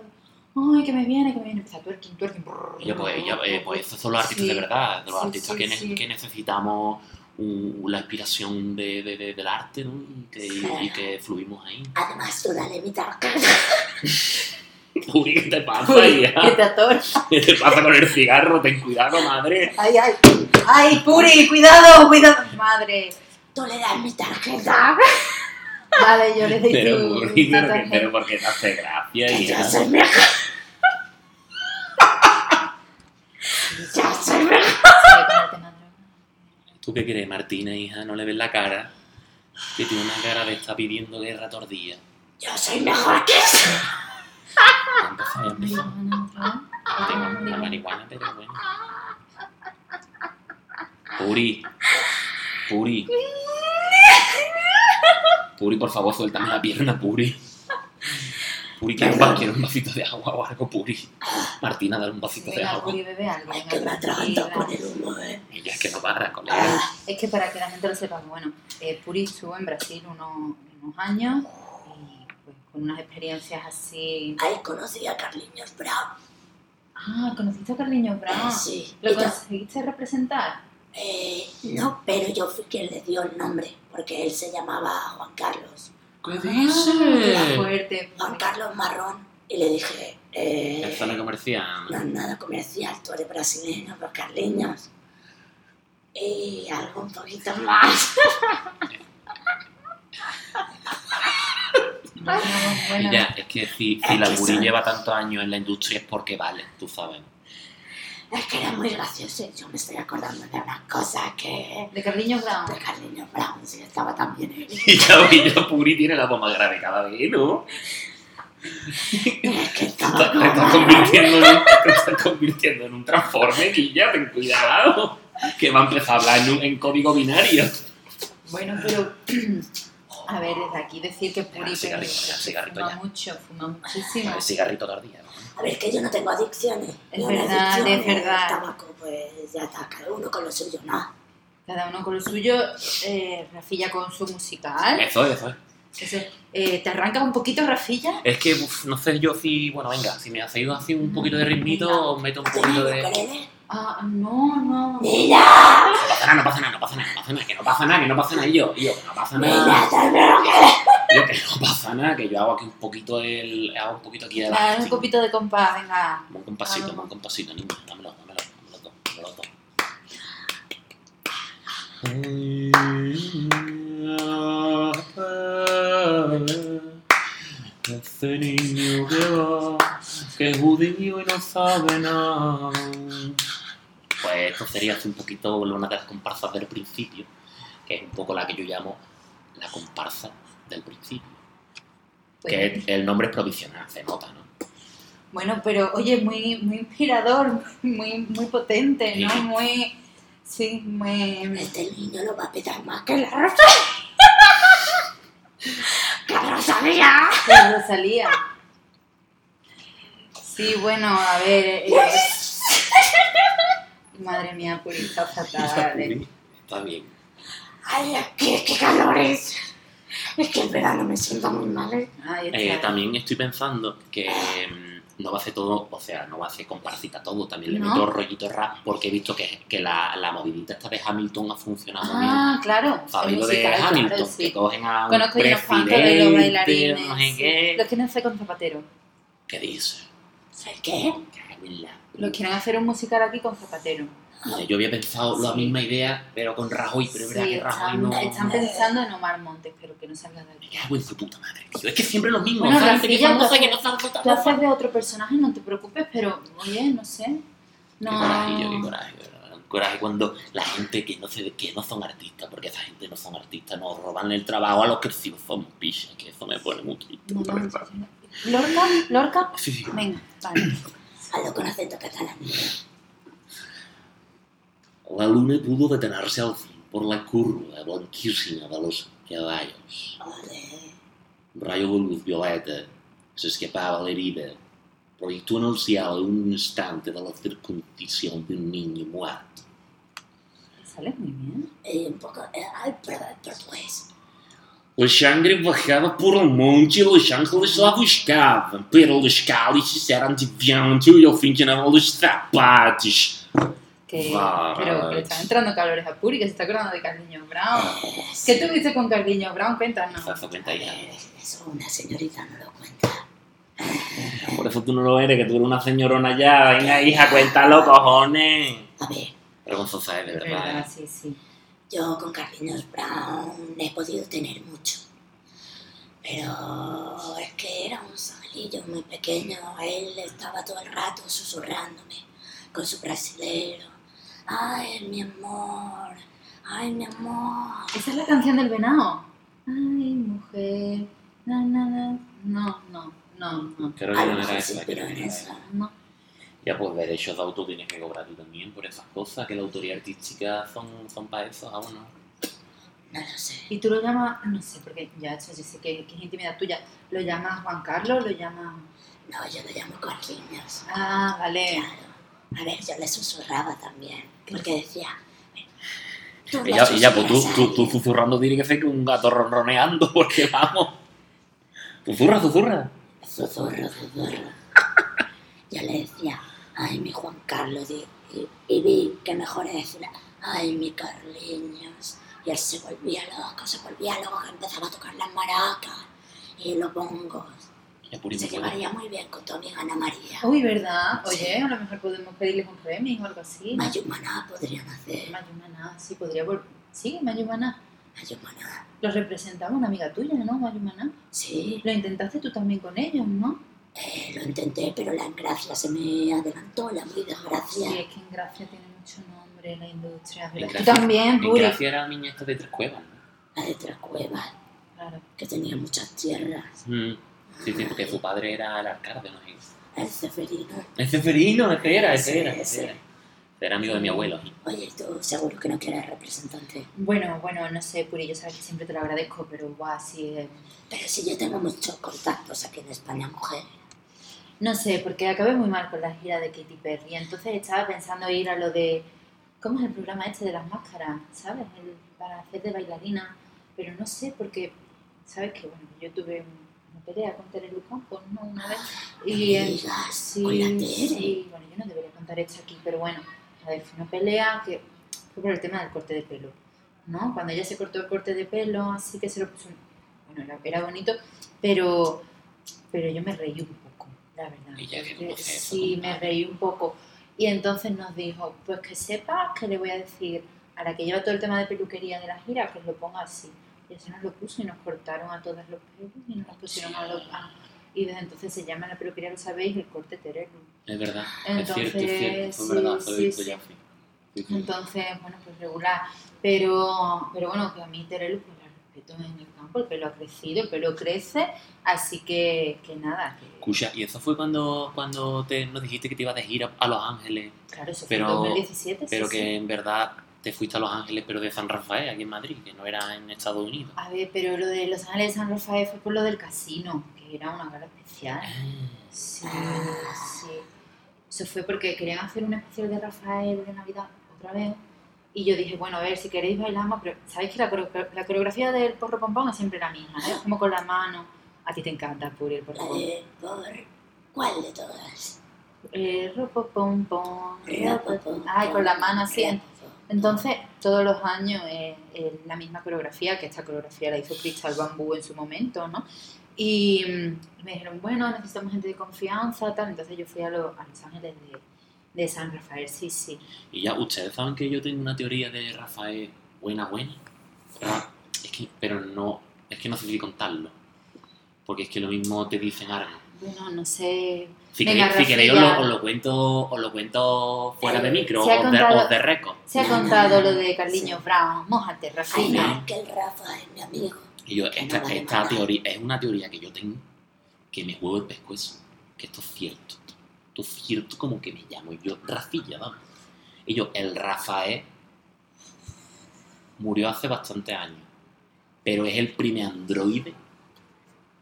[SPEAKER 3] ¡ay, que me viene, que me viene! Empieza a twerking, twerking. brrr,
[SPEAKER 5] Oye, pues, ella, eh, pues esos son los artistas
[SPEAKER 3] Sí.
[SPEAKER 5] de verdad, de los
[SPEAKER 3] Sí,
[SPEAKER 5] artistas
[SPEAKER 3] sí,
[SPEAKER 5] que, ne-
[SPEAKER 3] sí.
[SPEAKER 5] que necesitamos un- la inspiración de, de- de- del arte, ¿no? Y que, y que fluimos ahí.
[SPEAKER 6] Además, tú dale mi tarjeta.
[SPEAKER 5] Juli, ¿qué te pasa,
[SPEAKER 3] Uy,
[SPEAKER 5] hija?
[SPEAKER 3] que te atora.
[SPEAKER 5] ¿Qué te pasa con el cigarro? Ten cuidado, madre.
[SPEAKER 3] Ay, ay, ay, Puri, cuidado, cuidado. Madre.
[SPEAKER 6] Tú le das mi tarjeta.
[SPEAKER 3] Vale, yo le doy
[SPEAKER 5] Pero,
[SPEAKER 3] tu-
[SPEAKER 5] Juli,
[SPEAKER 3] esta
[SPEAKER 5] pero, que-
[SPEAKER 3] tarjeta.
[SPEAKER 5] pero porque te hace gracia,
[SPEAKER 6] Que yo
[SPEAKER 5] hija.
[SPEAKER 6] soy mejor. Yo soy mejor.
[SPEAKER 3] Sigue con el tema de droga.
[SPEAKER 5] ¿Tú qué crees, Martina, hija? ¿No le ves la cara? Que tiene una cara de está pidiendo guerra tordía.
[SPEAKER 6] Yo soy mejor que eso.
[SPEAKER 5] Ya empezó, ya empezó.
[SPEAKER 3] Marihuana, droga.
[SPEAKER 5] No tengo la marihuana, pero bueno. Puri. Puri. Puri, por favor, suéltame la pierna, Puri. Puri, quiero un, va- quiero un vasito de agua o algo, Puri. Martina, dale un vasito de
[SPEAKER 3] Venga,
[SPEAKER 5] agua.
[SPEAKER 3] Puri, bebe algo.
[SPEAKER 6] Ay,
[SPEAKER 3] venga,
[SPEAKER 6] que me atraganto
[SPEAKER 3] tranquila.
[SPEAKER 6] con el humo, eh.
[SPEAKER 5] Ella es que no barra, colega.
[SPEAKER 6] Ah,
[SPEAKER 3] Es que para que la gente lo sepa, bueno, eh, Puri estuvo en Brasil unos, unos años y pues, con unas experiencias así.
[SPEAKER 6] Ay, conocí a Carliños Brown.
[SPEAKER 3] Ah, ¿conociste a Carliños Brown?
[SPEAKER 6] Ah, Sí.
[SPEAKER 3] ¿Lo
[SPEAKER 6] Y yo-
[SPEAKER 3] conseguiste representar?
[SPEAKER 6] Eh, no, pero yo fui quien le dio el nombre, porque él se llamaba Juan Carlos.
[SPEAKER 5] ¿Qué
[SPEAKER 3] Ah, qué
[SPEAKER 5] dices?
[SPEAKER 3] fuerte.
[SPEAKER 6] Juan Carlos Marrón. Y le dije,
[SPEAKER 5] En
[SPEAKER 6] eh,
[SPEAKER 5] zona comercial.
[SPEAKER 6] no es nada comercial, tú eres brasileño, los carliños. Y algo un poquito más.
[SPEAKER 3] Bueno, bueno.
[SPEAKER 5] Mira, es que si, si
[SPEAKER 6] Es
[SPEAKER 5] la
[SPEAKER 6] que
[SPEAKER 5] Puri
[SPEAKER 6] son-
[SPEAKER 5] lleva tantos años en la industria es porque vale, tú sabes.
[SPEAKER 6] Es que era muy gracioso y yo me estoy acordando de una cosa que...
[SPEAKER 3] De Carliños Brown.
[SPEAKER 6] De Carliños Brown, sí, estaba también él.
[SPEAKER 5] Y ya, y ya Puri tiene la voz más grave cada vez, ¿no?
[SPEAKER 6] Es que
[SPEAKER 5] Te
[SPEAKER 6] estaba
[SPEAKER 5] estás- te
[SPEAKER 6] como...
[SPEAKER 5] estás convirtiendo en un, te estás convirtiendo en un transforme, Guilla, ten cuidado. Que va a empezar a hablar en, un- en código binario.
[SPEAKER 3] Bueno, pero a ver, desde aquí decir que Puri
[SPEAKER 5] cigarrito,
[SPEAKER 3] pues,
[SPEAKER 5] ya, cigarrito,
[SPEAKER 3] fuma
[SPEAKER 5] ya.
[SPEAKER 3] mucho, fuma
[SPEAKER 5] A
[SPEAKER 3] muchísimo.
[SPEAKER 5] ver, cigarrito tardía.
[SPEAKER 6] A ver, que yo no tengo adicciones.
[SPEAKER 3] Es
[SPEAKER 6] Yo
[SPEAKER 3] verdad,
[SPEAKER 6] adicción
[SPEAKER 3] es verdad.
[SPEAKER 6] al tabaco, pues ya está, cada uno con lo suyo, ¿no?
[SPEAKER 3] Cada uno con lo suyo, eh, Rafilla con su musical.
[SPEAKER 5] Eso es, eso es.
[SPEAKER 3] Entonces, eh, ¿Te arrancas un poquito, Rafilla?
[SPEAKER 5] Es que, uf, no sé yo si, bueno, venga, si me hacéis así un poquito de ritmito, os meto un
[SPEAKER 6] ¿Has
[SPEAKER 5] poquito
[SPEAKER 6] tenido
[SPEAKER 5] de...
[SPEAKER 6] ukelele?
[SPEAKER 3] Ah, no,
[SPEAKER 5] Oh,
[SPEAKER 3] no.
[SPEAKER 6] ¡Mira!
[SPEAKER 5] No pasa nada, no pasa nada, no pasa nada, no pasa nada, que no pasa nada, que no pasa nada, y yo, y yo, que no pasa nada,
[SPEAKER 6] ¡Mira, dame lo que-
[SPEAKER 5] yo que no pasa nada, que yo hago aquí un poquito el, hago un poquito aquí de
[SPEAKER 3] Claro, un Ah.
[SPEAKER 5] lifting.
[SPEAKER 3] copito de compás, venga.
[SPEAKER 5] Dame Un compasito, dame un compasito, niña. Dámelo, dámelo, dámelo todo, dámelo todo. Este niño que va, que es judío y no sabe nada. Pues esto sería así un poquito una de las comparsas del principio, que es un poco la que yo llamo la comparsa del principio. Que
[SPEAKER 3] Bueno,
[SPEAKER 5] el nombre es provisional, se nota, ¿no?
[SPEAKER 3] bueno, pero oye, muy, muy inspirador, muy, muy potente, ¿no?
[SPEAKER 5] Sí.
[SPEAKER 3] Muy. Sí, muy.
[SPEAKER 6] Este niño lo va a petar más que la rosa. ¡Que Rosalía!
[SPEAKER 3] La Rosalía. Sí, bueno, a ver. eh, Madre mía, Puri está fatal. eh.
[SPEAKER 5] Está bien.
[SPEAKER 6] ¡Ay, es que, es que calores! Es que en verano me siento muy mal. ¿eh?
[SPEAKER 3] Ahí está.
[SPEAKER 5] Eh, también estoy pensando que mm, no va a ser todo, o sea, no va a ser comparsita todo, también le
[SPEAKER 3] ¿No?
[SPEAKER 5] meto rollito rap porque he visto que, que la, la movidita esta de Hamilton ha funcionado bien.
[SPEAKER 3] Ah, claro.
[SPEAKER 5] ¿Sabéis
[SPEAKER 3] el
[SPEAKER 5] lo de
[SPEAKER 3] musical, claro,
[SPEAKER 5] Hamilton?
[SPEAKER 3] sí.
[SPEAKER 5] Que cogen a un
[SPEAKER 3] Conozco yo unos cuantos de
[SPEAKER 5] presidente,
[SPEAKER 3] los bailarines.
[SPEAKER 5] no sé
[SPEAKER 3] sí.
[SPEAKER 5] qué.
[SPEAKER 3] Los quieren hacer con Zapatero.
[SPEAKER 5] ¿Qué dice?
[SPEAKER 6] ¿Sabes qué?
[SPEAKER 5] Cago en la-
[SPEAKER 3] Los quieren hacer un musical aquí con Zapatero.
[SPEAKER 5] Mira, Yo había pensado la
[SPEAKER 3] Sí.
[SPEAKER 5] misma idea, pero con Rajoy, pero es verdad
[SPEAKER 3] Sí,
[SPEAKER 5] que Rajoy
[SPEAKER 3] están,
[SPEAKER 5] no...
[SPEAKER 3] están pensando en Omar Montes, pero que no salga de
[SPEAKER 5] Me
[SPEAKER 3] aquí.
[SPEAKER 5] cago en su puta madre, tío. Es que siempre lo mismo.
[SPEAKER 3] Bueno,
[SPEAKER 5] ¿sabes? Que
[SPEAKER 3] Rafilla,
[SPEAKER 5] famosa,
[SPEAKER 3] tú-
[SPEAKER 5] que no sabe puta
[SPEAKER 3] Tú haces de otro personaje, no te preocupes, pero oye, no sé. No.
[SPEAKER 5] Qué corajillo, qué coraje. ¿verdad? Coraje cuando la gente que no, se, que no son artistas, porque esa gente no son artistas, nos roban el trabajo a los que sí somos pichas, que eso me pone muy triste.
[SPEAKER 3] No,
[SPEAKER 5] la
[SPEAKER 3] no,
[SPEAKER 5] verdad.
[SPEAKER 3] Lorca, Lorca,
[SPEAKER 5] Sí, sí.
[SPEAKER 3] venga, vale.
[SPEAKER 6] Hazlo con acento catalán.
[SPEAKER 5] La luna pudo detenerse al fin por la curva blanquísima de los caballos.
[SPEAKER 6] Ole.
[SPEAKER 5] Un rayo de luz violeta se escapaba de la herida. Proyectó en el cielo un instante de la circuncisión de un niño muerto.
[SPEAKER 3] Sales muy bien.
[SPEAKER 6] Eh, un poco. eh, ay, pero, pero pues.
[SPEAKER 5] La sangre bajava por um monte e os ángeles lá buscavam. Pelos cálices eram de vento e eu fingiava os sapatos.
[SPEAKER 3] Que,
[SPEAKER 5] Vale.
[SPEAKER 3] pero, pero están entrando calores a Puri, que se está acordando de Carliño Brown.
[SPEAKER 6] eh,
[SPEAKER 3] ¿Qué
[SPEAKER 6] sí.
[SPEAKER 3] tuviste con
[SPEAKER 6] Eh,
[SPEAKER 3] Carliño Brown? Cuéntanos.
[SPEAKER 5] Faz a
[SPEAKER 6] A ver, Eso una señorita no lo cuenta.
[SPEAKER 5] Por eso tú no lo eres, que tú eres una señorona ya. Venga, hija, cuéntalo, cojones.
[SPEAKER 6] A ver,
[SPEAKER 5] Vergonzosa es, de verdad.
[SPEAKER 3] ¿Verdad?
[SPEAKER 5] ¿eh?
[SPEAKER 3] Sí, sí.
[SPEAKER 6] yo con Carliños Brown he podido tener mucho. Pero es que era un salillo muy pequeño. Él estaba todo el rato susurrándome con su brasilero. Ay, mi amor. Ay, mi amor.
[SPEAKER 3] Esa es la canción del venado. Ay, mujer. Na, na, na. No, no, no, no.
[SPEAKER 5] eh. Creo
[SPEAKER 6] A
[SPEAKER 5] que
[SPEAKER 6] lo
[SPEAKER 5] no era
[SPEAKER 6] mejor se
[SPEAKER 5] esa. creo que
[SPEAKER 6] inspiró
[SPEAKER 5] no
[SPEAKER 6] en
[SPEAKER 5] era
[SPEAKER 6] eso.
[SPEAKER 5] esa.
[SPEAKER 3] no.
[SPEAKER 5] Ya pues derechos de autor tienes que cobrar tú también por esas cosas, que la autoría artística son, son para eso aún no.
[SPEAKER 6] No lo sé.
[SPEAKER 3] Y tú lo llamas, no sé, porque ya eso yo sé que, que es intimidad tuya. ¿Lo llamas Juan Carlos? ¿Lo llamas.?
[SPEAKER 6] No, yo lo llamo Carliños.
[SPEAKER 3] Ah, vale.
[SPEAKER 6] Claro. A ver, yo le susurraba también. Porque decía. Tú
[SPEAKER 5] Y
[SPEAKER 6] no
[SPEAKER 5] ya, y ya, pues tú,
[SPEAKER 6] susurras a
[SPEAKER 5] tú, tú
[SPEAKER 6] alguien.
[SPEAKER 5] susurrando tiene que ser que un gato ronroneando, porque vamos. Susurra, susurra.
[SPEAKER 6] Susurro, susurro. Yo le decía, ay, mi Juan Carlos, y, y- y vi que mejor es decirle, ay, mi Carliños. Y él se volvía loco, se volvía loco, que empezaba a tocar las maracas y los bongos.
[SPEAKER 5] Ya puri
[SPEAKER 6] Se
[SPEAKER 5] me puedo.
[SPEAKER 6] llevaría muy bien con tu amiga Ana María.
[SPEAKER 3] Uy, ¿verdad?
[SPEAKER 6] Sí.
[SPEAKER 3] Oye, a lo mejor podemos pedirles un remix o algo así. ¿no?
[SPEAKER 6] Mayumaná podrían hacer.
[SPEAKER 3] Mayumana, sí, podría volver. Sí, Mayumana.
[SPEAKER 6] Mayumaná.
[SPEAKER 3] Lo representaba una amiga tuya, ¿no, Mayumana?
[SPEAKER 6] Sí,
[SPEAKER 3] Lo intentaste tú también con ellos, ¿no?
[SPEAKER 6] eh, lo intenté, pero la gracia se me adelantó, la muy
[SPEAKER 3] Sí,
[SPEAKER 6] desgracia.
[SPEAKER 3] es que en Gracia tiene mucho nombre la industria. ¿verdad? Tú
[SPEAKER 5] Gracia-
[SPEAKER 3] también,
[SPEAKER 5] en
[SPEAKER 3] Puri.
[SPEAKER 5] Gracia era la niña esta de tres cuevas, ¿no?
[SPEAKER 6] La de tres cuevas,
[SPEAKER 3] Claro.
[SPEAKER 6] que tenía muchas tierras.
[SPEAKER 5] Mm. Sí, sí, porque su padre era el alcalde, ¿no?
[SPEAKER 6] El Ceferino.
[SPEAKER 5] El Ceferino, ese era, ese
[SPEAKER 6] Sí,
[SPEAKER 5] era.
[SPEAKER 6] ese.
[SPEAKER 5] Ese era. Era amigo de mi abuelo.
[SPEAKER 6] Oye, tú seguro que no quieres representante.
[SPEAKER 3] Bueno, bueno, no sé, Puri, yo sabes que siempre te lo agradezco, pero guau, sí. eh,
[SPEAKER 6] Pero si yo tengo muchos contactos aquí en España, mujer.
[SPEAKER 3] No sé, porque acabé muy mal con la gira de Katy Perry. Entonces estaba pensando ir a lo de. ¿Cómo es el programa este de las máscaras? ¿Sabes? El- para hacer de bailarina. Pero no sé, porque. ¿Sabes que Bueno, yo tuve un- una pelea con Tere Campos, ¿no? Una vez. Y.
[SPEAKER 6] No
[SPEAKER 3] eh,
[SPEAKER 6] digas,
[SPEAKER 3] sí,
[SPEAKER 6] con la Tere.
[SPEAKER 3] sí. Bueno, yo no debería contar esto aquí, pero bueno. A ver, fue una pelea que. Fue por el tema del corte de pelo. ¿No? Cuando ella se cortó el corte de pelo, así que se lo puso. Bueno, era, era bonito, pero. Pero yo me reí un poco, la verdad.
[SPEAKER 5] Y ya que
[SPEAKER 3] Porque
[SPEAKER 5] no sé,
[SPEAKER 3] sí, me reí un poco. Y entonces nos dijo, pues que sepas que le voy a decir a la que lleva todo el tema de peluquería de la gira que lo ponga así. Y así nos lo puso y nos cortaron a todas los pelos y nos los pusieron a los... a- y desde entonces se llama en la peluquería, lo sabéis, el corte terreno.
[SPEAKER 5] Es verdad, es
[SPEAKER 3] Entonces,
[SPEAKER 5] cierto, es cierto. Fue
[SPEAKER 3] sí,
[SPEAKER 5] verdad, fue
[SPEAKER 3] sí,
[SPEAKER 5] visto
[SPEAKER 3] sí.
[SPEAKER 5] ya. sí. Sí, sí.
[SPEAKER 3] Entonces, bueno, pues regular. Pero, pero bueno, que a mí Terelu, pues la respeto en el campo, el pelo ha crecido, el pelo crece, así que, que nada. que-
[SPEAKER 5] Escucha, y eso fue cuando, cuando te, nos dijiste que te ibas de gira a Los Ángeles,
[SPEAKER 3] claro, eso fue en
[SPEAKER 5] pero-
[SPEAKER 3] 2017. sí,
[SPEAKER 5] pero
[SPEAKER 3] sí.
[SPEAKER 5] que en verdad te fuiste a Los Ángeles, pero de San Rafael, aquí en Madrid, que no era en Estados Unidos.
[SPEAKER 3] A ver, pero lo de Los Ángeles de San Rafael fue por lo del casino, que era una gala especial. Sí, sí. Eso fue porque querían hacer un especial de Rafael de Navidad otra vez. Y yo dije, bueno, a ver, si queréis bailamos, pero sabéis que la, coreo- la coreografía del porro pompón es siempre la misma, ¿eh? Como con la mano. A ti te encanta, Puri, el porro
[SPEAKER 6] La
[SPEAKER 3] pompón.
[SPEAKER 6] de por... ¿Cuál de todas?
[SPEAKER 3] Eh, ropo pompón. ropo
[SPEAKER 6] Ropopo.
[SPEAKER 3] Ay, con la mano así.
[SPEAKER 6] Ropopo.
[SPEAKER 3] Entonces, todos los años es es la misma coreografía, que esta coreografía la hizo Cristal Bambú en su momento, ¿no? Y mm, me dijeron, bueno, necesitamos gente de confianza, tal. Entonces yo fui a, lo- a Los Ángeles de, de San Rafael, sí, sí.
[SPEAKER 5] Y ya, ustedes saben que yo tengo una teoría de Rafael buena, buena. Ra- Es que, pero no, es que no sé si contarlo. Porque es que lo mismo te dicen algo.
[SPEAKER 3] Bueno, no sé.
[SPEAKER 5] Si
[SPEAKER 3] Venga,
[SPEAKER 5] queréis, si
[SPEAKER 3] Rafi,
[SPEAKER 5] queréis os,
[SPEAKER 3] ya.
[SPEAKER 5] lo, os lo cuento, os lo cuento fuera de micro,
[SPEAKER 3] Se ha
[SPEAKER 5] os de,
[SPEAKER 3] contado-
[SPEAKER 5] os de récord.
[SPEAKER 3] Se ha
[SPEAKER 6] No, no,
[SPEAKER 3] contado
[SPEAKER 6] no.
[SPEAKER 3] lo de Carliño
[SPEAKER 6] Sí.
[SPEAKER 3] Brown. Mójate,
[SPEAKER 6] Ay,
[SPEAKER 3] Rafael.
[SPEAKER 6] no, que el Rafa es mi amigo.
[SPEAKER 5] Y yo,
[SPEAKER 6] Que no
[SPEAKER 5] esta,
[SPEAKER 6] vale
[SPEAKER 5] esta
[SPEAKER 6] nada.
[SPEAKER 5] teoría es una teoría que yo tengo que me juego el pescuezo. Que esto es cierto. Esto es cierto como que me llamo yo Rafilla, vamos. Y yo, el Rafael murió hace bastantes años, pero es el primer androide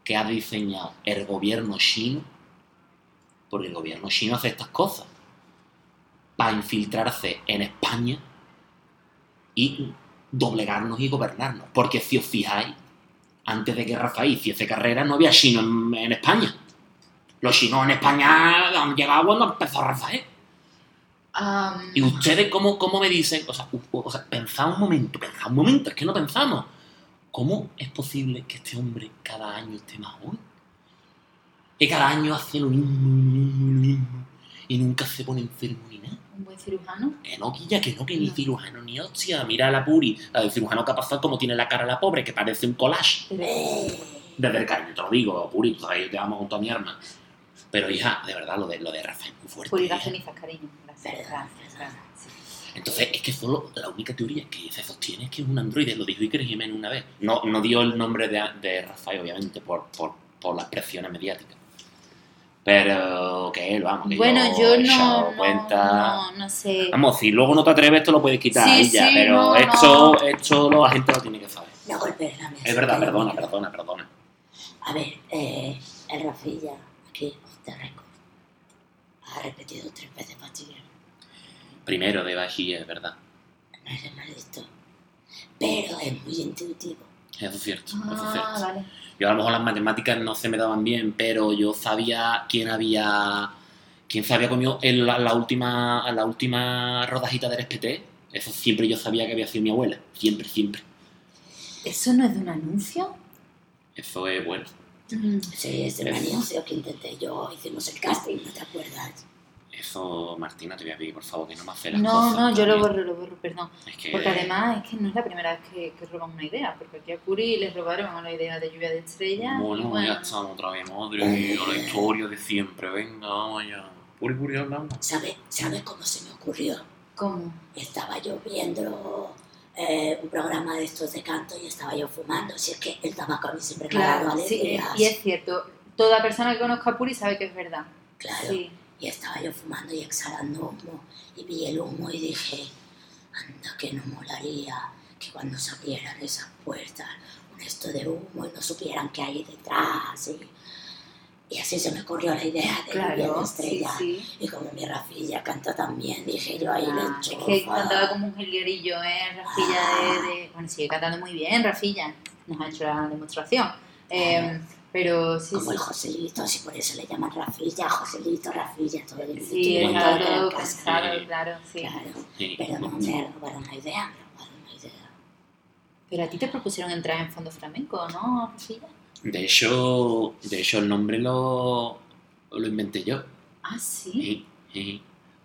[SPEAKER 5] que ha diseñado el gobierno chino, porque el gobierno chino hace estas cosas, para infiltrarse en España y doblegarnos y gobernarnos. Porque si os fijáis, antes de que Rafael hiciese carrera no había chino en, en España. Los chinos en España han llegado cuando empezó Rafael.
[SPEAKER 3] Am,
[SPEAKER 5] ¿Y ustedes cómo, cómo me dicen? O sea, u- o sea, pensad un momento, pensad un momento, es que no pensamos. ¿Cómo es posible que este hombre cada año esté más joven? que cada año hace lo mismo, lo mismo, lo mismo, y nunca se pone enfermo ni nada.
[SPEAKER 3] Un buen cirujano.
[SPEAKER 5] Que no, Guilla, que no, que ni
[SPEAKER 3] No.
[SPEAKER 5] cirujano ni hostia. Mira a la Puri, la del cirujano que ha pasado, como tiene la cara la pobre, que parece un collage.
[SPEAKER 6] Eh,
[SPEAKER 5] Desde el cariño, te lo digo, Puri, tú sabes, yo te amo con toda mi alma. Pero hija, de verdad, lo de, lo de Rafa es muy fuerte.
[SPEAKER 3] Puri
[SPEAKER 5] hija.
[SPEAKER 3] cenizas, cariño. Gracias,
[SPEAKER 6] Perdón,
[SPEAKER 3] gracias, gracias. Sí.
[SPEAKER 5] Entonces, es que solo la única teoría que se sostiene es que es un androide, lo dijo Iker Jiménez una vez. No, no dio el nombre de, de Rafael, obviamente, por, por, por las presiones mediáticas. Pero que él, vamos, que
[SPEAKER 3] Bueno, yo
[SPEAKER 5] he echado
[SPEAKER 3] no, no,
[SPEAKER 5] cuenta.
[SPEAKER 3] no, no sé.
[SPEAKER 5] Vamos, si luego no te atreves, te lo puedes quitar
[SPEAKER 3] Sí,
[SPEAKER 5] y ya,
[SPEAKER 3] sí,
[SPEAKER 5] pero
[SPEAKER 3] no,
[SPEAKER 5] esto,
[SPEAKER 3] no.
[SPEAKER 5] esto la gente lo tiene que saber.
[SPEAKER 6] No golpees la mesa.
[SPEAKER 5] Es verdad,
[SPEAKER 6] pero-
[SPEAKER 5] perdona, perdona, perdona.
[SPEAKER 6] A ver, eh, el Rafilla, aquí, off the record, ha repetido tres veces pastilla.
[SPEAKER 5] Primero de Bají, es verdad.
[SPEAKER 6] No es el maldito. Pero es muy intuitivo.
[SPEAKER 5] Eso es cierto, eso es
[SPEAKER 3] Ah,
[SPEAKER 5] cierto.
[SPEAKER 3] vale.
[SPEAKER 5] Yo a lo mejor las matemáticas no se me daban bien, pero yo sabía quién había quién se había comido en la, la última la última rodajita del SPT. Eso siempre yo sabía que había sido mi abuela, siempre, siempre.
[SPEAKER 3] ¿Eso no es de un anuncio?
[SPEAKER 5] Eso es bueno.
[SPEAKER 3] Mm,
[SPEAKER 6] Sí, es el
[SPEAKER 5] Es-
[SPEAKER 6] anuncio que intenté yo. Hicimos el casting, ¿no te acuerdas?
[SPEAKER 5] Eso, Martina, te voy a pedir por favor que no me haces las
[SPEAKER 3] No,
[SPEAKER 5] cosas
[SPEAKER 3] no, yo lo
[SPEAKER 5] también. Eh.
[SPEAKER 3] borro, lo borro, perdón.
[SPEAKER 5] Es que
[SPEAKER 3] Porque además es que no es la primera vez que, que roban una idea, porque aquí a Curi le robaron una idea de lluvia de estrellas. y
[SPEAKER 5] bueno,
[SPEAKER 3] bueno,
[SPEAKER 5] ya estamos otra vez, madre mía, la historia de siempre, venga, vamos ya. Puri, puri, hablamos.
[SPEAKER 6] ¿Sabes sabe cómo se me ocurrió?
[SPEAKER 3] ¿Cómo?
[SPEAKER 6] Estaba yo viendo eh, un programa de estos de canto y estaba yo fumando. Si es que el tabaco a mí siempre me ha dado
[SPEAKER 3] Claro, sí, eh,
[SPEAKER 6] alegrías.
[SPEAKER 3] y es cierto. Toda persona que conozca a Puri sabe que es verdad.
[SPEAKER 6] Claro.
[SPEAKER 3] Sí.
[SPEAKER 6] Y estaba yo fumando y exhalando humo. Y vi el humo y dije, anda que no molaría que cuando se abrieran esas puertas, un esto de humo y no supieran qué hay detrás. Y, y así se me ocurrió la idea de la
[SPEAKER 3] Claro, sí,
[SPEAKER 6] estrella.
[SPEAKER 3] sí.
[SPEAKER 6] Y como mi Rafilla canta también, dije yo ahí le
[SPEAKER 3] Ah, es que
[SPEAKER 6] enchufa.
[SPEAKER 3] cantaba como un jilguerillo, ¿eh?
[SPEAKER 6] Ah.
[SPEAKER 3] Rafilla de, de- Bueno, sigue cantando muy bien, Rafilla. Nos ha hecho la demostración. Eh, pero sí, sí.
[SPEAKER 6] Como el Joselito, si por eso le llaman Rafilla, Joselito, Rafilla, todo el
[SPEAKER 3] Sí,
[SPEAKER 6] todo
[SPEAKER 3] está
[SPEAKER 6] el
[SPEAKER 3] todo
[SPEAKER 6] casco.
[SPEAKER 3] pensado, claro, sí.
[SPEAKER 6] Claro,
[SPEAKER 5] Sí.
[SPEAKER 6] pero no me robaron la idea, me robaron la idea.
[SPEAKER 3] Pero a ti te propusieron entrar en fondo flamenco, ¿no, Rafilla?
[SPEAKER 5] De hecho, de hecho el nombre lo, lo inventé yo.
[SPEAKER 3] Ah, sí.
[SPEAKER 5] Sí, sí.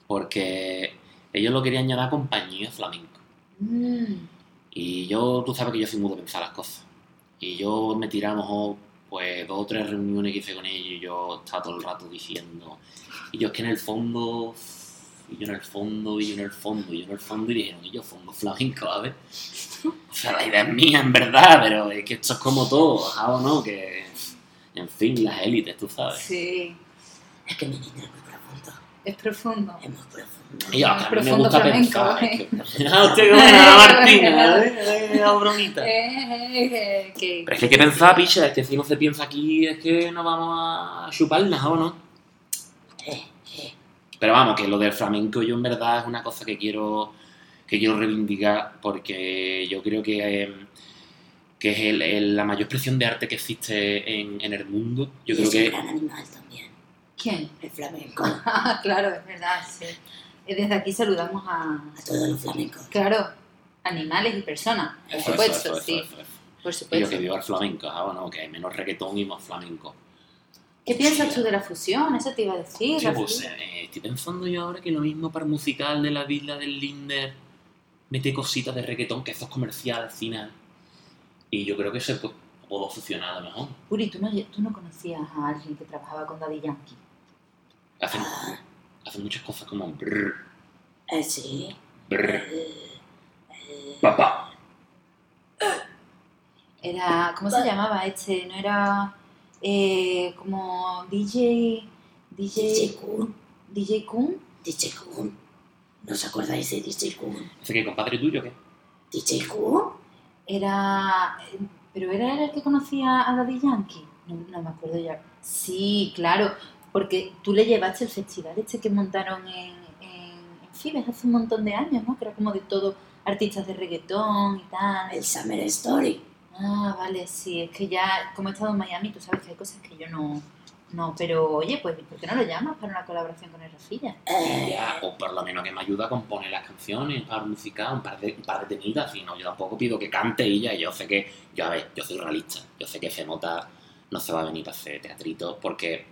[SPEAKER 5] Porque ellos lo querían llamar compañía flamenco.
[SPEAKER 3] Mm.
[SPEAKER 5] Y yo, tú sabes que yo soy muy de pensar las cosas. Y yo me tiramos pues dos o tres reuniones que hice con ellos y yo estaba todo el rato diciendo. Y yo es que en el fondo, y yo en el fondo, y yo en el fondo, y yo en el fondo, y dijeron, y yo fondo flamenco, a ver. O sea, la idea es mía, en verdad, pero es que esto es como todo, ¿ah, o no? Que, en fin, las élites, tú sabes.
[SPEAKER 3] Sí.
[SPEAKER 6] Es que mi niña es muy profundo,
[SPEAKER 3] Es profundo.
[SPEAKER 6] es muy profundo.
[SPEAKER 5] Y yo, "Ah, a mí me
[SPEAKER 3] Profundo
[SPEAKER 5] gusta
[SPEAKER 3] flamenco,
[SPEAKER 5] pensar.
[SPEAKER 3] ¿eh?
[SPEAKER 5] es que- Ah, usted como una Martina, ¿eh? Eh, La bromita.
[SPEAKER 3] Eh, eh, que-
[SPEAKER 5] Pero es que hay que pensar, picha, es que si no se piensa aquí es que no vamos a chupar nada, ¿o no?
[SPEAKER 6] Eh, eh,
[SPEAKER 5] Pero vamos, que lo del flamenco yo en verdad es una cosa que quiero que quiero reivindicar porque yo creo que, eh, que es el- el- la mayor expresión de arte que existe en, en el mundo. Yo
[SPEAKER 6] y
[SPEAKER 5] creo
[SPEAKER 6] es un
[SPEAKER 5] que
[SPEAKER 6] gran animal también,
[SPEAKER 3] ¿Quién?
[SPEAKER 6] el flamenco. A
[SPEAKER 3] Ah, claro, es verdad, sí. Eh, Desde aquí saludamos a,
[SPEAKER 6] todos los flamencos.
[SPEAKER 3] claro, animales y personas. Por
[SPEAKER 5] Eso, eso,
[SPEAKER 3] supuesto,
[SPEAKER 5] eso, eso,
[SPEAKER 3] sí.
[SPEAKER 5] eso, eso.
[SPEAKER 3] Por
[SPEAKER 5] Y yo
[SPEAKER 3] supuesto.
[SPEAKER 5] que viva el flamenco, ¿ah, o no? Que hay menos reggaetón y más flamenco.
[SPEAKER 3] ¿Qué piensas tú de la fusión? Eso te iba a decir.
[SPEAKER 5] Sí,
[SPEAKER 3] Rafi.
[SPEAKER 5] pues, eh, estoy pensando yo ahora que lo mismo para el musical de la Villa del Linder mete cositas de reggaetón, que eso es comercial al final. Y yo creo que se pu- puedo fusionar a lo mejor.
[SPEAKER 3] Uri, ¿tú no, tú no conocías a alguien que trabajaba con Daddy Yankee.
[SPEAKER 5] Hacen,
[SPEAKER 6] Ah,
[SPEAKER 5] hacen muchas cosas como brr,
[SPEAKER 6] eh, sí.
[SPEAKER 5] brr,
[SPEAKER 6] eh, eh,
[SPEAKER 5] papá.
[SPEAKER 3] Era, ¿cómo se llamaba este? No era eh, como DJ,
[SPEAKER 6] DJ
[SPEAKER 3] DJ,
[SPEAKER 6] Kun,
[SPEAKER 3] DJ Kun.
[SPEAKER 6] DJ Kun. ¿No os acordáis de DJ Kun?
[SPEAKER 5] ¿Ese que compadre tuyo o qué?
[SPEAKER 6] DJ Kun,
[SPEAKER 3] Era, pero era él el que conocía a Daddy Yankee. No, no me acuerdo ya. Sí, claro, porque tú le llevaste el festival este que montaron en, en, en Fibes hace un montón de años, ¿no? Que era como de todo artistas de reggaetón y tal.
[SPEAKER 6] el Summer Story.
[SPEAKER 3] Ah, vale, sí, es que ya, como he estado en Miami, tú sabes que hay cosas que yo no, no, pero oye, pues, ¿por qué no lo llamas para una colaboración con el Rafilla?
[SPEAKER 6] Eh,
[SPEAKER 5] Ya, o por lo menos que me ayuda a componer las canciones, a musical, un par de, un par de temitas, y no, yo tampoco pido que cante ella, y yo sé que, yo a ver, yo soy realista, yo sé que Femota no se va a venir para hacer teatritos, porque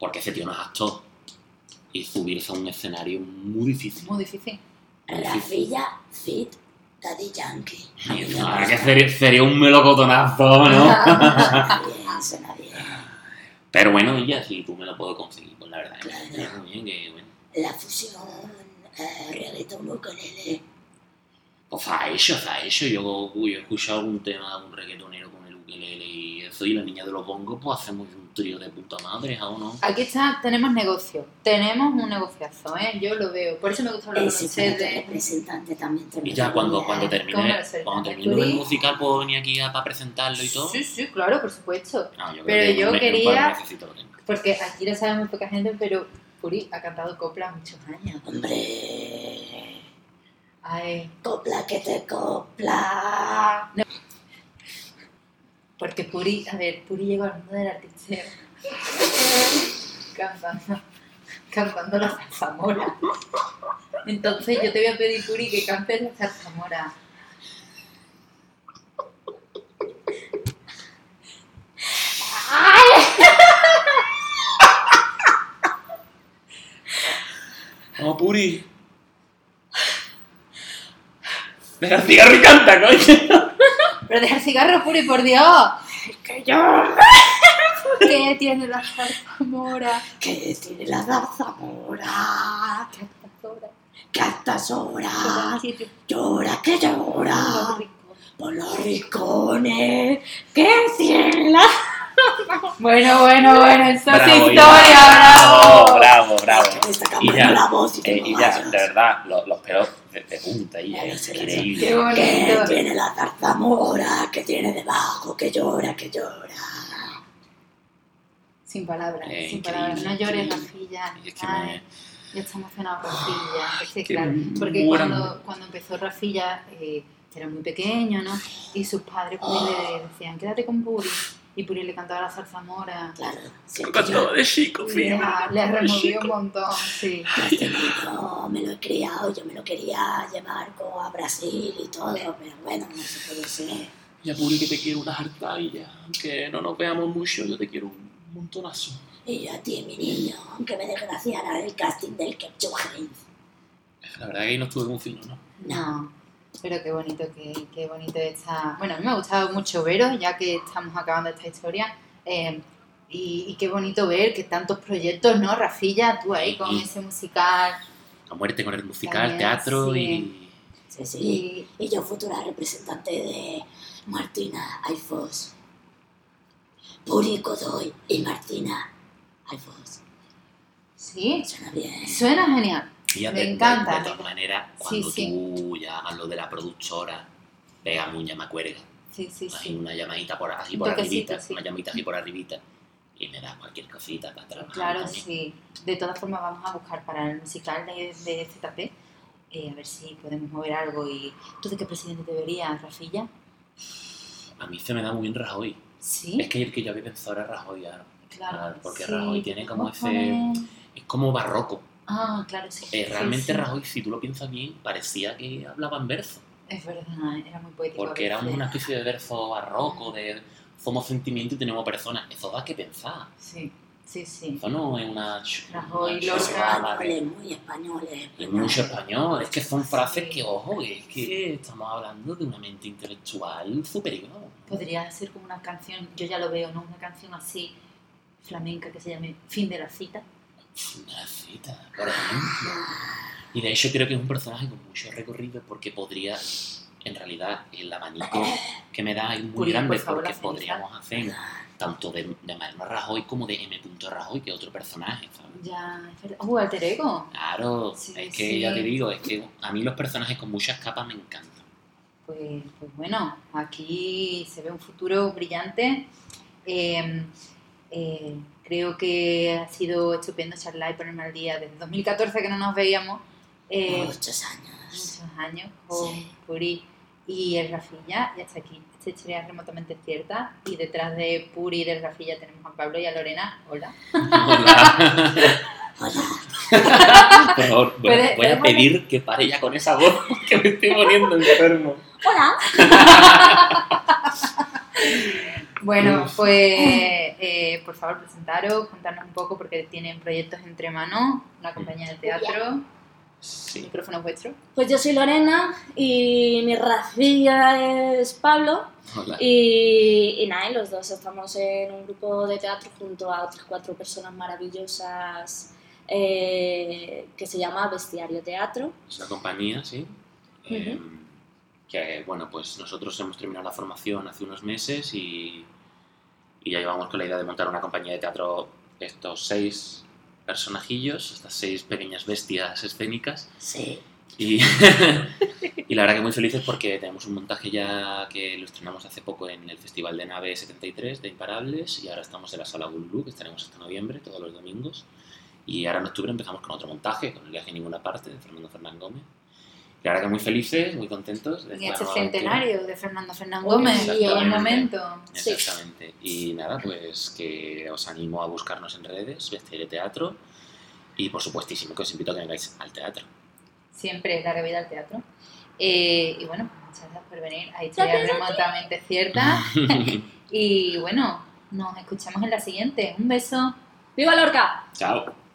[SPEAKER 5] Porque ese tío no es actor. Y subirse a un escenario muy difícil.
[SPEAKER 3] Muy difícil.
[SPEAKER 6] Rafilla Fit Daddy Yankee.
[SPEAKER 5] Ah, que sería, sería un melocotonazo, ¿no?
[SPEAKER 6] Suena bien, suena bien.
[SPEAKER 5] Pero bueno, ya si tú me lo puedo conseguir, pues la verdad. es que
[SPEAKER 6] Claro.
[SPEAKER 5] bien, que, bueno,
[SPEAKER 6] La fusión eh, reggaetón ukulele.
[SPEAKER 5] Pues a eso, a eso. Yo, uy, he escuchado un tema de un reggaetonero con el ukelele y eso. Y la niña de los bongos, pues hacemos un trío de puta madre, ¿o no?
[SPEAKER 3] Aquí está, tenemos negocio. Tenemos un negociazo, ¿eh? Yo lo veo. Por eso me gusta hablar con
[SPEAKER 6] Ese fue otro
[SPEAKER 3] ustedes.
[SPEAKER 6] representante también.
[SPEAKER 5] Y ya cuando, cuando
[SPEAKER 3] ¿Cómo
[SPEAKER 5] termine,
[SPEAKER 3] lo sé?
[SPEAKER 5] cuando
[SPEAKER 3] ¿Me
[SPEAKER 5] termine el
[SPEAKER 3] descubrí?
[SPEAKER 5] musical puedo venir aquí a, para presentarlo y todo.
[SPEAKER 3] Sí, sí, claro, por supuesto.
[SPEAKER 5] No, yo creo
[SPEAKER 3] Pero
[SPEAKER 5] que
[SPEAKER 3] yo
[SPEAKER 5] un me- un
[SPEAKER 3] quería-
[SPEAKER 5] par de necesito lo tengo.
[SPEAKER 3] Porque aquí lo sabe muy poca gente, pero Puri ha cantado copla muchos años.
[SPEAKER 6] Hombre,
[SPEAKER 3] Ay,
[SPEAKER 6] copla que te copla.
[SPEAKER 3] porque Puri, a ver, Puri llegó al mundo del artisteo. cantando, cantando la zarzamora. Entonces yo te voy a pedir, Puri, que cantes la zarzamora.
[SPEAKER 5] Vamos, Puri. Pero cigarro y canta, coño.
[SPEAKER 3] Pero deja el cigarro, Puri, por Dios.
[SPEAKER 6] Que yo,
[SPEAKER 3] ¿Qué tiene la zarzamora?
[SPEAKER 6] que tiene la zarzamora.
[SPEAKER 3] ¿Qué zarzamora?
[SPEAKER 6] Que a estas horas
[SPEAKER 3] ¿Qué sitio?
[SPEAKER 6] llora que llora.
[SPEAKER 3] Lo rico.
[SPEAKER 6] Por los rincones que tiene la
[SPEAKER 3] Bueno, bueno, bueno, eso es
[SPEAKER 5] Bravo,
[SPEAKER 3] historia,
[SPEAKER 5] Iván.
[SPEAKER 3] bravo.
[SPEAKER 5] Bravo, bravo.
[SPEAKER 6] Que me está
[SPEAKER 5] Y
[SPEAKER 6] cambiando
[SPEAKER 5] ya,
[SPEAKER 6] la voz y
[SPEAKER 5] eh,
[SPEAKER 6] tengo
[SPEAKER 5] y ya,
[SPEAKER 6] gallos.
[SPEAKER 5] de verdad, lo- los peores de, de punta y
[SPEAKER 6] Ya lo
[SPEAKER 5] es
[SPEAKER 6] sé,
[SPEAKER 3] Qué
[SPEAKER 5] increíble.
[SPEAKER 6] Que
[SPEAKER 3] bonito.
[SPEAKER 6] tiene la zarzamora, que tiene debajo, que llora, que llora.
[SPEAKER 3] Sin palabras,
[SPEAKER 5] Eh,
[SPEAKER 3] sin
[SPEAKER 5] increíble,
[SPEAKER 3] palabras. No llores,
[SPEAKER 5] increíble.
[SPEAKER 3] Rafilla.
[SPEAKER 5] Y es que
[SPEAKER 3] Ay,
[SPEAKER 5] me-
[SPEAKER 3] Yo estoy emocionada por Rafilla. Es que,
[SPEAKER 5] que
[SPEAKER 3] claro,
[SPEAKER 5] me
[SPEAKER 3] porque
[SPEAKER 5] muero.
[SPEAKER 3] cuando, cuando empezó Rafilla eh, era muy pequeño, ¿no? Y sus padres pues, le
[SPEAKER 5] Ah.
[SPEAKER 3] decían, quédate con Puri. Y Puri le cantaba la zarzamora.
[SPEAKER 6] Claro, siempre
[SPEAKER 5] Cantaba
[SPEAKER 6] yo
[SPEAKER 5] de chico,
[SPEAKER 3] Le,
[SPEAKER 5] fíjate.
[SPEAKER 3] ha- le ha removido un montón, sí.
[SPEAKER 6] yo me lo he criado, yo me lo quería llevar como a Brasil y todo, pero bueno, no se puede ser.
[SPEAKER 5] Ya, Puri, que te quiero una hartadilla. Aunque no nos veamos mucho, yo te quiero un montonazo.
[SPEAKER 6] Y yo a ti, mi niño, aunque me desgraciara el casting del Ketchup Heinz.
[SPEAKER 5] La verdad que ahí no estuve muy fino, ¿no?
[SPEAKER 3] No, pero qué bonito, qué, qué bonito está. Bueno, a mí me ha gustado mucho veros, ya que estamos acabando esta historia. eh, y, y qué bonito ver que tantos proyectos, ¿no? Rafilla, tú ahí con
[SPEAKER 5] Sí.
[SPEAKER 3] ese musical.
[SPEAKER 5] A muerte con el musical,
[SPEAKER 3] También,
[SPEAKER 5] teatro
[SPEAKER 3] sí.
[SPEAKER 5] y...
[SPEAKER 6] Sí, sí.
[SPEAKER 3] Y
[SPEAKER 6] Y yo futura representante de Martina Alfos. Puri Godoy y Martina Alfos.
[SPEAKER 3] sí,
[SPEAKER 6] Suena bien.
[SPEAKER 3] suena genial.
[SPEAKER 5] y ya
[SPEAKER 3] Me
[SPEAKER 5] de- de-
[SPEAKER 3] encanta.
[SPEAKER 5] De, todas maneras, cuando
[SPEAKER 3] sí.
[SPEAKER 5] tú ya hagas lo de la productora, pégame un llamacuerga.
[SPEAKER 3] Sí, sí,
[SPEAKER 5] Así,
[SPEAKER 3] sí.
[SPEAKER 5] una llamadita por, así
[SPEAKER 3] Un
[SPEAKER 5] por
[SPEAKER 3] toquecito,
[SPEAKER 5] arribita,
[SPEAKER 3] sí.
[SPEAKER 5] una llamadita así por arribita. Y me da cualquier cosita para trabajar.
[SPEAKER 3] Pues Claro,
[SPEAKER 5] también.
[SPEAKER 3] sí. De todas formas, vamos a buscar para el musical de, de ZP, eh, a ver si podemos mover algo. y ¿Tú de qué presidente te verías, Rafilla?
[SPEAKER 5] A mí se me da muy bien Rajoy. Es
[SPEAKER 3] Sí,
[SPEAKER 5] que el que yo había pensado era Rajoy ahora.
[SPEAKER 3] claro.
[SPEAKER 5] claro, porque
[SPEAKER 3] sí.
[SPEAKER 5] Rajoy tiene como
[SPEAKER 3] Vamos a
[SPEAKER 5] ese-
[SPEAKER 3] ver.
[SPEAKER 5] Es como barroco.
[SPEAKER 3] Ah, claro, sí. sí,
[SPEAKER 5] Eh, realmente
[SPEAKER 3] sí.
[SPEAKER 5] Rajoy, si tú lo piensas bien, parecía que hablaba en verso.
[SPEAKER 3] Es verdad, era muy poético.
[SPEAKER 5] Porque
[SPEAKER 3] a
[SPEAKER 5] era
[SPEAKER 3] veces.
[SPEAKER 5] una especie de verso barroco, de somos sentimiento y tenemos personas. Eso da que pensar.
[SPEAKER 3] Sí, sí, sí.
[SPEAKER 5] Eso no es una... ch-
[SPEAKER 3] Rajoy,
[SPEAKER 5] una
[SPEAKER 3] Lorca.
[SPEAKER 5] chorrada de-
[SPEAKER 6] españoles, muy españoles.
[SPEAKER 5] de mucho español. Es que son frases
[SPEAKER 3] Sí.
[SPEAKER 5] que, ojo, es que estamos hablando de una mente intelectual superior.
[SPEAKER 3] Podría ser como una canción, yo ya lo veo, ¿no? Una canción así flamenca que se llame Fin de la cita.
[SPEAKER 5] Una cita, por ejemplo. Y de hecho creo que es un personaje con mucho recorrido porque podría, en realidad, el abanico que me da es muy
[SPEAKER 3] Puri,
[SPEAKER 5] grande
[SPEAKER 3] por favor,
[SPEAKER 5] porque
[SPEAKER 3] la
[SPEAKER 5] podríamos hacer tanto de, de Mariano Rajoy como de M. Rajoy, que es otro personaje, ¿sabes?
[SPEAKER 3] Ya, es verdad. ¡Uh, alter ego!
[SPEAKER 5] Claro,
[SPEAKER 3] Sí,
[SPEAKER 5] es que
[SPEAKER 3] sí.
[SPEAKER 5] ya te digo, es que a mí los personajes con muchas capas me encantan.
[SPEAKER 3] Pues, pues bueno, aquí se ve un futuro brillante. Eh, eh, creo que ha sido estupendo charlar y ponerme al día desde 2014 que no nos veíamos. Eh,
[SPEAKER 6] Muchos años.
[SPEAKER 3] muchos años con
[SPEAKER 6] Sí.
[SPEAKER 3] Puri y el Rafilla, y hasta aquí. Esta historia es remotamente cierta. Y detrás de Puri y del Rafilla tenemos a Pablo y a Lorena. Hola.
[SPEAKER 5] Hola.
[SPEAKER 6] Hola,
[SPEAKER 5] Por favor, voy,
[SPEAKER 3] Puede-
[SPEAKER 5] voy a
[SPEAKER 3] puede-
[SPEAKER 5] pedir que pare ya con esa voz que me estoy poniendo enfermo.
[SPEAKER 6] hola.
[SPEAKER 3] Bueno, pues eh, por favor presentaros, contarnos un poco porque tienen proyectos entre manos, una compañía de teatro, el
[SPEAKER 5] Sí.
[SPEAKER 3] micrófono es vuestro.
[SPEAKER 7] Pues yo soy Lorena y mi racilla es Pablo.
[SPEAKER 5] Hola.
[SPEAKER 7] Y, y nada, y los dos estamos en un grupo de teatro junto a otras cuatro personas maravillosas eh, que se llama Bestiario Teatro.
[SPEAKER 5] Es una compañía, sí. eh, que, bueno, pues nosotros hemos terminado la formación hace unos meses y, y ya llevamos con la idea de montar una compañía de teatro de estos seis personajillos, estas seis pequeñas bestias escénicas
[SPEAKER 6] Sí.
[SPEAKER 5] Y, y la verdad que muy felices porque tenemos un montaje ya que lo estrenamos hace poco en el Festival de Nave 73 de Imparables y ahora estamos en la Sala Gulú, que estaremos hasta noviembre, todos los domingos. Y ahora en octubre empezamos con otro montaje, con El viaje a ninguna parte, de Fernando Fernán Gómez. Y la verdad que muy felices, muy contentos. de
[SPEAKER 3] Y este
[SPEAKER 5] esta nueva aventura.
[SPEAKER 3] centenario de Fernando Fernández Gómez,
[SPEAKER 5] Exactamente.
[SPEAKER 3] y el momento.
[SPEAKER 7] Sí.
[SPEAKER 5] Exactamente. Y nada, pues que os animo a buscarnos en redes, vestir de teatro. Y por supuestísimo que os invito a que vengáis al teatro.
[SPEAKER 3] Siempre larga vida al teatro. Eh, y bueno, pues muchas gracias por venir a Historia Remotamente Cierta. Y bueno, nos escuchamos en la siguiente. Un beso.
[SPEAKER 7] ¡Viva Lorca!
[SPEAKER 5] Chao.